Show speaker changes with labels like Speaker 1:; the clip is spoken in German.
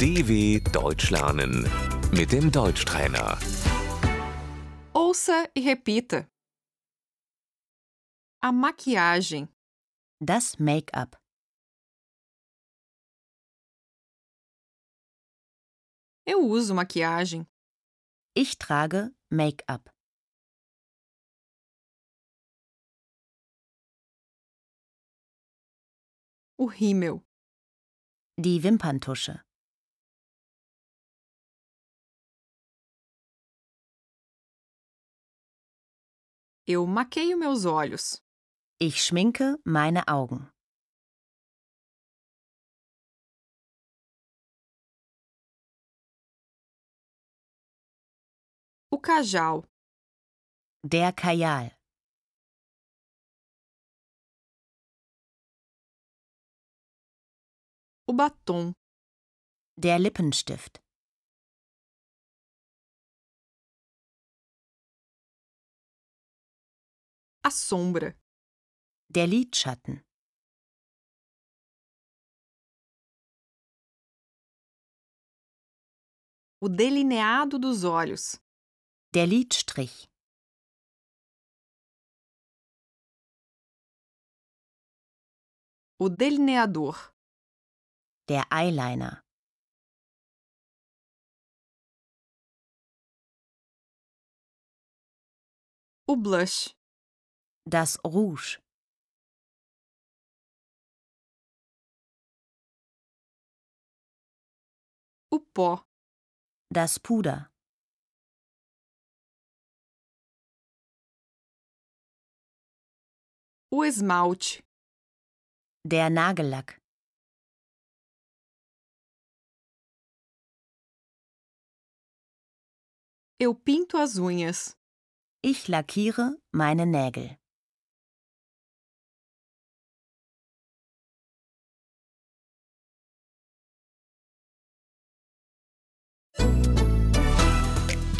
Speaker 1: DW Deutsch lernen mit dem Deutschtrainer.
Speaker 2: Ouça e repita. A maquiagem,
Speaker 3: Das Make-up,
Speaker 2: eu uso maquiagem,
Speaker 3: ich trage Make-up,
Speaker 2: o rímel,
Speaker 3: die Wimperntusche,
Speaker 2: eu maqueio meus olhos,
Speaker 3: ich schminke meine Augen,
Speaker 2: o cajal,
Speaker 3: der Kajal,
Speaker 2: o batom,
Speaker 3: der Lippenstift,
Speaker 2: a sombra,
Speaker 3: der Lidschatten,
Speaker 2: o delineado dos olhos,
Speaker 3: der Lidstrich,
Speaker 2: o delineador,
Speaker 3: der Eyeliner,
Speaker 2: o blush,
Speaker 3: das Rouge,
Speaker 2: o pó,
Speaker 3: das Puder,
Speaker 2: o esmalte,
Speaker 3: der Nagellack,
Speaker 2: eu pinto as unhas,
Speaker 3: ich lackiere meine Nägel,